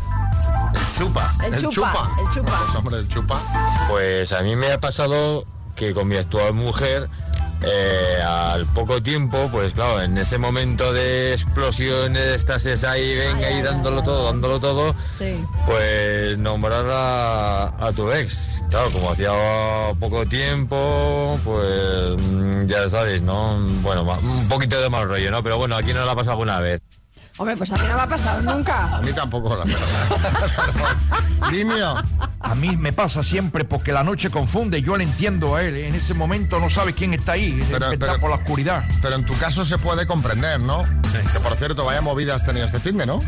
chupa.
<laughs> El chupa, el chupa.
Pues, hombre, el chupa.
Pues a mí me ha pasado que con mi actual mujer, eh, al poco tiempo, pues claro, en ese momento de explosiones, estás es ahí, venga, y dándolo todo, dándolo todo,
Sí.
pues nombrar a, a tu ex. Claro, como hacía poco tiempo, pues mm, ya sabéis, ¿no? Bueno, ma- un poquito de mal rollo, ¿no? Pero bueno, aquí no la ha pasado alguna vez.
Hombre, pues a mí no me ha pasado nunca.
A mí tampoco, la verdad.
A mí me pasa siempre porque la noche confunde, yo le entiendo a él. ¿eh? En ese momento no sabe quién está ahí, está por la oscuridad.
Pero en tu caso se puede comprender, ¿no? Que por cierto, vaya movida has tenido este fin de, ¿no?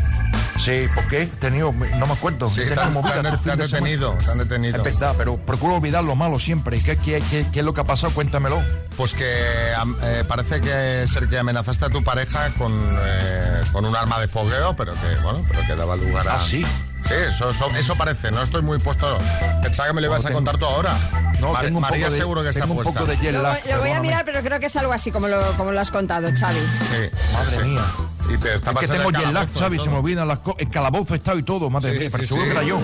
Sí, porque he tenido, no me acuerdo.
Sí,
he tenido
te han-
movidas
te han-
este fin
te han
de semana.
detenido, te han detenido.
Es verdad, pero procuro olvidar lo malo siempre. ¿Qué, qué, qué- qué es lo que ha pasado? Cuéntamelo.
Pues que am- eh, parece que ser que amenazaste a tu pareja con, eh, con un arma de fogueo, pero que bueno, pero que daba lugar a.
Ah, sí.
Sí, eso, eso, eso parece, no estoy muy puesto. Pensaba que me lo ibas
No,
a
tengo-
contar tú ahora.
No,
Mar-
tengo un
María
poco de-
seguro que está
tengo un
puesta.
poco de jet
Lo, voy- lo voy a mirar, pero creo que es algo así como lo, como lo has contado, Xavi.
Sí,
Madre
sí.
mía.
Y te está
es que
pasando
tengo
el
jet lag,
calabozo y
¿sabes? Se
todo.
me olvidan las cosas. El calabozo he estado y todo, madre
Sí,
mía.
sí,
Pero seguro
sí.
que era yo.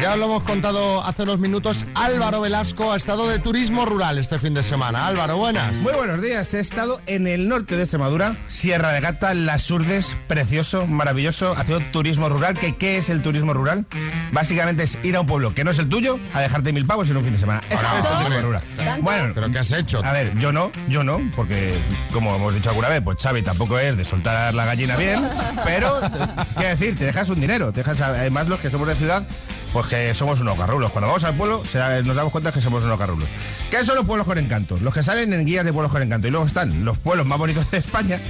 Ya os lo hemos contado hace unos minutos. Álvaro Velasco ha estado de turismo rural este fin de semana. Álvaro, buenas.
Muy buenos días, he estado en el norte de Extremadura, Sierra de Gata, Las Urdes, precioso, maravilloso, haciendo turismo rural. ¿Qué, ¿Qué es el turismo rural? Básicamente es ir a un pueblo que no es el tuyo a dejarte mil pavos en un fin de semana. Esto es el
hombre.
turismo rural.
¿Tanto?
Bueno,
¿Pero qué has hecho?
A ver, yo no, yo no, porque como hemos dicho alguna vez, pues Xavi tampoco es de soltar la gallina bien, pero <laughs> quiero decir, te dejas un dinero, te dejas además los que somos de ciudad, pues que somos unos carrulos. Cuando vamos al pueblo se da- nos damos cuenta que somos unos carrulos. ¿Qué son los pueblos con encanto? Los que salen en guías de pueblos con encanto y luego están los pueblos más bonitos de España.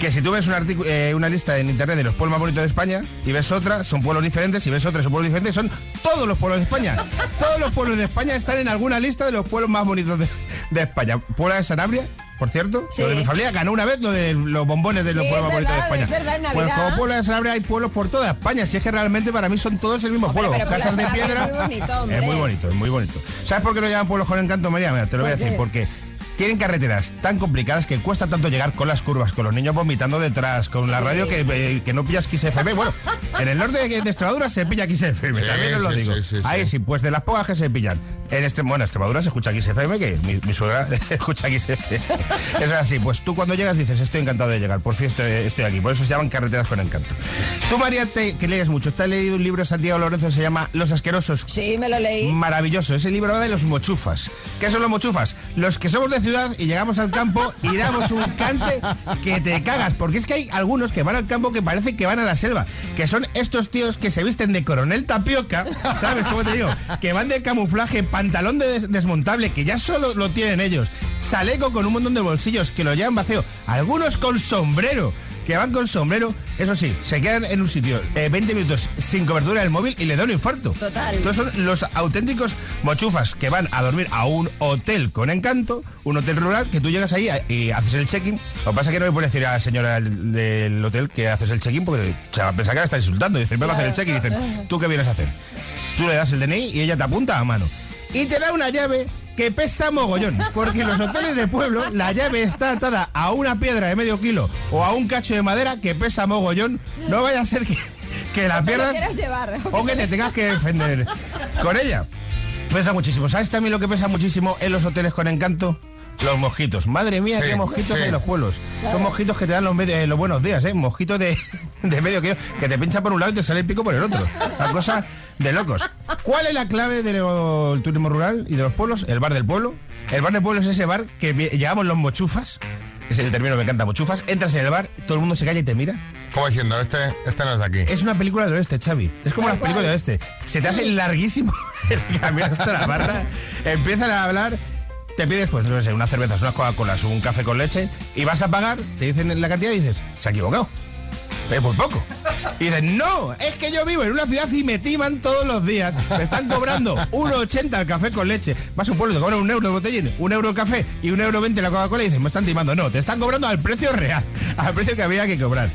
Que si tú ves un artículo- eh, una lista en internet de los pueblos más bonitos de España y ves otra, son pueblos diferentes, y ves otra, son pueblos diferentes, son todos los pueblos de España. todos los pueblos de España están en alguna lista de los pueblos más bonitos de, de España. Puebla de Sanabria, por cierto, lo de mi familia ganó una vez lo de los bombones de los
Sí,
pueblos
es
más bonitos de
verdad,
España.
es verdad, en
pues
Navidad.
como Puebla de Sanabria hay pueblos por toda España, si es que realmente para mí son todos el mismo pueblo.
pero Puebla de
Casas de
Sanabria es
piedra.
muy bonito, hombre.
es muy bonito, es muy bonito. ¿Sabes por qué lo llaman pueblos con encanto, María? Mira, te lo voy a
¿Por
decir,
qué?
porque Tienen carreteras tan complicadas que cuesta tanto llegar con las curvas, con los niños vomitando detrás, con la
Sí.
radio que, eh, que no pillas XFM. Bueno, en el norte de de Extremadura se pilla XFM,
Sí,
también os lo
sí,
digo.
sí, sí, sí.
Ahí sí, pues de las pocas que se pillan. En este, bueno, en Extremadura se escucha XFM, que mi, mi suegra <laughs> escucha XFM. <laughs> es así, pues tú cuando llegas dices, estoy encantado de llegar, por fin estoy, estoy aquí. Por eso se llaman carreteras con encanto. Tú, María, te- que lees mucho, te has leído un libro de Santiago Lorenzo que se llama Los Asquerosos.
Sí, me lo leí.
Maravilloso. Ese libro va de los mochufas. ¿Qué son los mochufas? Los que somos de ciudad y llegamos al campo y damos un cante que te cagas. Porque es que hay algunos que van al campo que parece que van a la selva. Que son estos tíos que se visten de coronel tapioca. ¿Sabes cómo te digo? Que van de camuflaje, pantalón de des- desmontable, que ya solo lo tienen ellos. Saleco con un montón de bolsillos que lo llevan vacío. Algunos con sombrero que van con sombrero, eso sí, se quedan en un sitio eh, 20 minutos sin cobertura del móvil y le da un infarto. Total. Estos son los auténticos mochufas que van a dormir a un hotel con encanto, un hotel rural, que tú llegas ahí a- y haces el check-in. Lo que pasa es que no me puedes decir a la señora del, del hotel que haces el check-in porque se va a pensar que la estás insultando. Y dicen, vengo a hacer el check-in. Y dicen, ¿tú qué vienes a hacer? Tú le das el DNI y ella te apunta a mano. Y te da una llave que pesa mogollón, porque en los hoteles de pueblo la llave está atada a una piedra de medio kilo o a un cacho de madera que pesa mogollón. No vaya a ser que, que la
te lo
pierdas
quieras llevar. ¿eh?
<laughs> o que te tengas que defender con ella. Pesa muchísimo. ¿Sabes también lo que pesa muchísimo en los hoteles con encanto? Los mosquitos. Madre mía,
Sí,
qué mosquitos
sí.
hay en los pueblos.
Claro.
Son mosquitos que te dan los, medio- eh, los buenos días, ¿eh? Mosquitos de, <laughs> de medio kilo que te pinchan por un lado y te sale el pico por el otro. Una cosa de locos. ¿Cuál es la clave del del turismo rural y de los pueblos? El bar del pueblo. El bar del pueblo es ese bar que vi- llamamos los mochufas. Es el término que me encanta, mochufas. Entras en el bar, todo el mundo se calla y te mira.
Como diciendo, este, este no es de aquí.
Es una película del oeste, Xavi. Es como las películas del oeste. este. Se te hace
<laughs>
larguísimo <laughs> el camino hasta la barra. Empiezan a hablar, te pides, pues, no sé, unas cervezas, unas Coca-Colas, un café con leche, y vas a pagar, te dicen la cantidad y dices, se ha equivocado. Es muy poco. Y dicen, no, es que yo vivo en una ciudad y me timan todos los días. Me están cobrando 1,80 al café con leche. Vas a un pueblo, te cobran un euro el botellín, un euro el café y un euro veinte la Coca-Cola y dicen, me están timando. No, te están cobrando al precio real, <laughs> al precio que había que cobrar.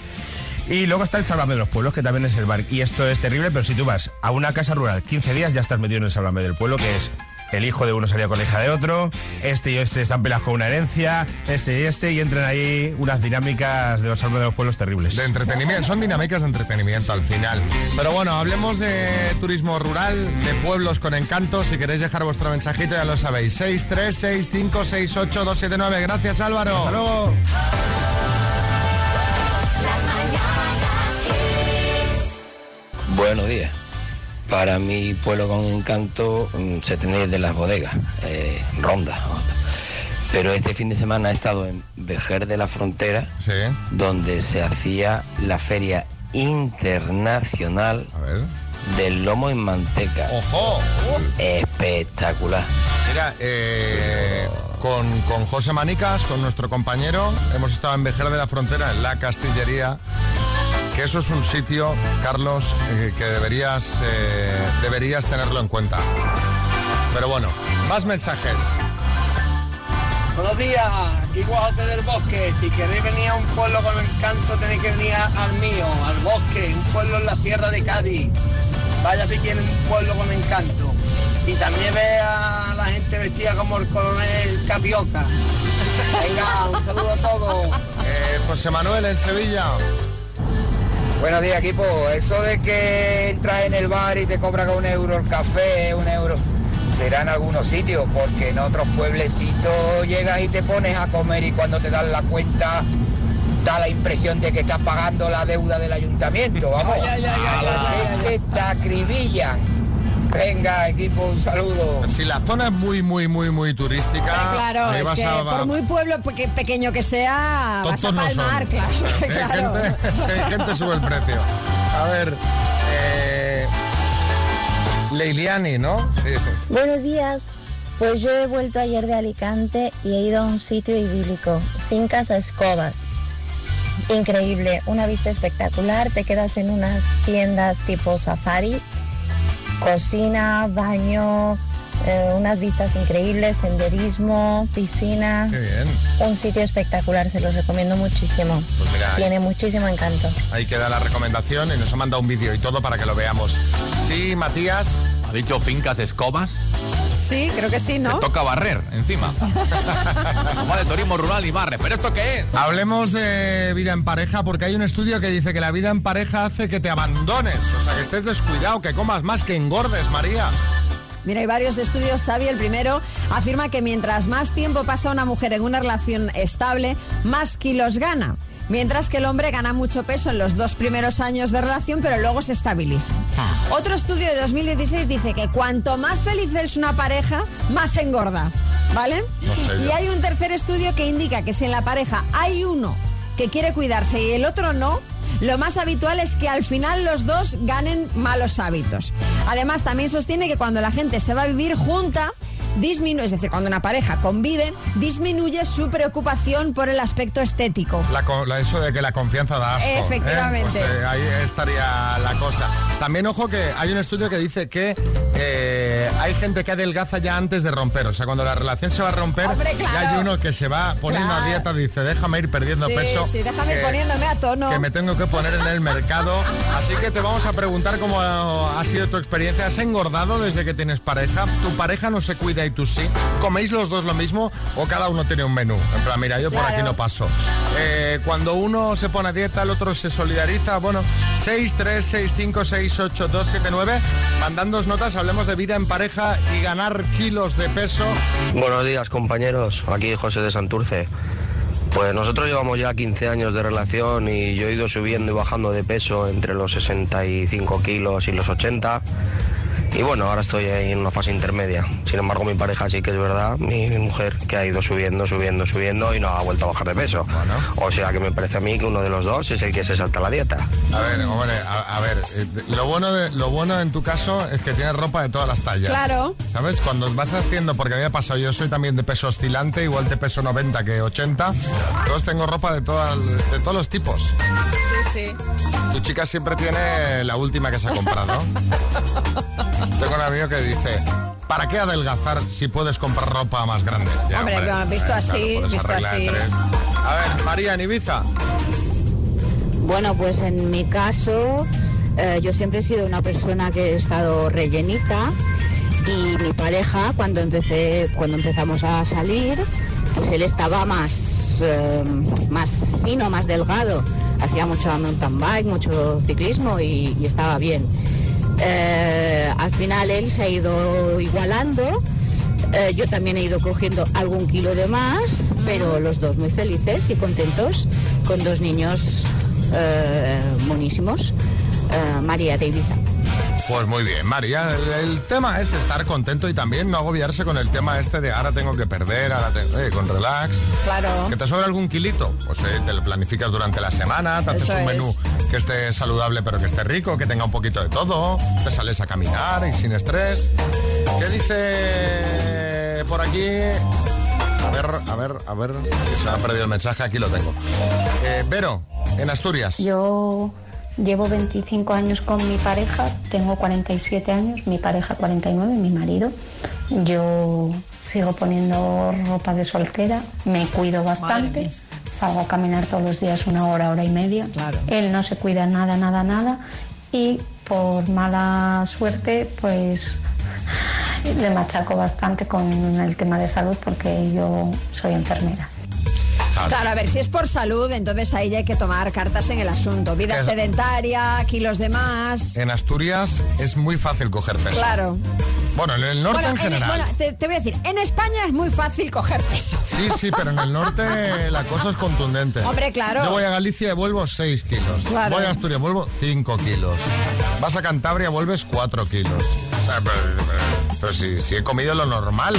Y luego está el Salvame de los Pueblos, que también es el bar. Y esto es terrible, pero si tú vas a una casa rural 15 días, ya estás metido en el Salvame del Pueblo, que es el hijo de uno salía con la hija de otro, este y este están pelados con una herencia, este y este, y entran ahí unas dinámicas de los Salvame de los Pueblos terribles.
De entretenimiento, son dinámicas de entretenimiento al final. Pero bueno, hablemos de turismo rural, de pueblos con encanto. Si queréis dejar vuestro mensajito, ya lo sabéis. 636568279. Gracias, Álvaro. Hasta
luego.
Buenos días. Para mi pueblo con encanto mm, se tenéis de las bodegas, eh, ronda. Pero este fin de semana he estado en Vejer de la Frontera, donde se hacía la feria internacional del lomo en manteca.
¡Ojo!
Espectacular.
Mira, eh, con, con José Manicas, con nuestro compañero, hemos estado en Vejer de la Frontera, en la Castillería. Que eso es un sitio, Carlos, eh, que deberías, eh, deberías tenerlo en cuenta. Pero bueno, más mensajes.
Buenos días, aquí Guajote del Bosque. Si queréis venir a un pueblo con encanto, tenéis que venir a- al mío, al bosque, un pueblo en la sierra de Cádiz. Vaya si quieren un pueblo con encanto. Y también ve a la gente vestida como el coronel Capioca. Venga, un saludo a todos.
Eh, José Manuel en Sevilla.
Buenos días equipo, eso de que entras en el bar y te cobra con un euro el café, eh, un euro, será en algunos sitios, porque en otros pueblecitos llegas y te pones a comer y cuando te dan la cuenta da la impresión de que estás pagando la deuda
<laughs>
del ayuntamiento, vamos, a la gente te acribillan. Venga equipo, un saludo.
Si la zona es muy, muy, muy, muy
<laughs>
turística,
Eh, Claro,
ahí
es
vas
que
a-
por muy pueblo pe- pequeño que sea, vas a
Tontos no son.
palmar, claro.
Pero si hay
claro.
gente- si hay gente, sube el precio. A ver, eh, Leiliani, ¿no? Sí, sí, sí.
Buenos días. Pues yo he vuelto ayer de Alicante y he ido a un sitio idílico, Fincas a Escobas. Increíble, una vista espectacular, te quedas en unas tiendas tipo safari, cocina, baño, eh, unas vistas increíbles, senderismo, piscina.
Qué bien.
Un sitio espectacular, se los recomiendo muchísimo.
Pues mira,
Tiene muchísimo encanto.
Ahí queda la recomendación y nos ha mandado un vídeo y todo para que lo veamos. Sí, Matías.
¿Ha dicho fincas escobas?
<laughs> Sí, creo que sí, ¿no?
Toca barrer encima. Vale, turismo rural y barre. ¿Pero esto qué es?
Hablemos de vida en pareja porque hay un estudio que dice que la vida en pareja hace que te abandones, o sea, que estés descuidado, que comas más, que engordes, María.
<laughs> Mira, hay varios estudios, Xavi. El primero afirma que mientras más tiempo pasa una mujer en una relación estable, más kilos gana. Mientras que el hombre gana mucho peso en los dos primeros años de relación, pero luego se estabiliza. Otro estudio de 2016 dice que cuanto más feliz es una pareja, más engorda. ¿Vale?
No sé yo.
y hay un tercer estudio que indica que si en la pareja hay uno que quiere cuidarse y el otro no, lo más habitual es que al final los dos ganen malos hábitos. Además, también sostiene que cuando la gente se va a vivir junta, disminuye, es decir, cuando una pareja convive, disminuye su preocupación por el aspecto estético.
La co- la- eso de que la confianza da asco. ¿eh?
Efectivamente.
Pues, eh, ahí estaría la cosa. También ojo que hay un estudio que dice que eh, hay gente que adelgaza ya antes de romper. O sea, cuando la relación se va a romper,
Hombre,
ya
claro.
hay uno que se va poniendo a
Claro.
dieta, dice, déjame ir perdiendo
sí,
peso.
sí, déjame ir
que-
poniéndome a tono.
que me tengo que poner en el mercado. Así que te vamos a preguntar cómo ha ha sido tu experiencia. ¿Has engordado desde que tienes pareja? ¿Tu pareja no se cuida y tú sí? ¿Coméis los dos lo mismo o cada uno tiene un menú? En plan, mira, yo por
Claro.
aquí no paso. Eh, cuando uno se pone a dieta, el otro se solidariza. Bueno, 6, 3, 6, 5, 6, 8, 2, 7, 9. Mandándonos notas, hablemos de vida en pareja y ganar kilos de peso.
Buenos días compañeros, aquí José de Santurce. Pues nosotros llevamos ya 15 años de relación y yo he ido subiendo y bajando de peso entre los 65 kilos y los 80. Y bueno, ahora estoy ahí en una fase intermedia. Sin embargo, mi pareja sí que es verdad, mi mi mujer, que ha ido subiendo, subiendo, subiendo y no ha vuelto a bajar de peso. O sea que me parece a mí que uno de los dos es el que se salta la dieta.
A ver, hombre, a, a ver, eh, lo bueno, de, lo bueno en tu caso es que tienes ropa de todas las tallas.
Claro.
¿Sabes? Cuando vas haciendo, porque a mí me ha pasado, yo soy también de peso oscilante, igual de peso 90 que 80, entonces tengo ropa de, todas, de todos los tipos.
Sí, sí.
Tu chica siempre tiene la última que se ha comprado. tengo un amigo que dice, ¿para qué adelgazar si puedes comprar ropa más grande? Ya,
Hombre, no, visto
claro,
así,
puedes
visto
arreglar
así.
tres. A ver, María, en Ibiza.
Bueno, pues en mi caso, eh, yo siempre he sido una persona que he estado rellenita y mi pareja, cuando empecé, cuando empezamos a salir, pues él estaba más, eh, más fino, más delgado. Hacía mucho mountain bike, mucho ciclismo y, y estaba bien. Eh, al final él se ha ido igualando. Eh, yo también he ido cogiendo algún kilo de más, pero los dos muy felices y contentos con dos niños eh, monísimos, eh, María de Ibiza.
Pues muy bien, María. El, el tema es estar contento y también no agobiarse con el tema este de ahora tengo que perder, ahora tengo eh, con relax.
Claro.
Que te sobra algún kilito, pues eh, te lo planificas durante la semana, te haces
Eso
un
es.
menú que esté saludable pero que esté rico, que tenga un poquito de todo, te sales a caminar y sin estrés. ¿Qué dice por aquí? A ver, a ver, a ver, que se ha perdido el mensaje, aquí lo tengo. Eh, Vero, en Asturias.
Yo llevo 25 años con mi pareja, tengo 47 años, mi pareja 49, mi marido. Yo sigo poniendo ropa de soltera, me cuido bastante, salgo a caminar todos los días una hora, hora y media. Él no se cuida nada, nada, nada y por mala suerte pues le machaco bastante con el tema de salud porque yo soy enfermera.
Claro, a ver, si es por salud, entonces ahí ya hay que tomar cartas en el asunto. Vida
Claro.
sedentaria, kilos de más.
En Asturias es muy fácil coger peso.
Claro.
Bueno, en el norte
Bueno,
en general.
bueno, te, te voy a decir, en España es muy fácil coger peso.
Sí, sí, pero en el
<laughs>
norte la cosa es contundente.
Hombre, claro.
Yo voy a Galicia y vuelvo 6 kilos.
Claro.
Voy a Asturias y vuelvo 5 kilos. Vas a Cantabria, vuelves 4 kilos. O sea, pero, pero- pero si, si he comido lo normal.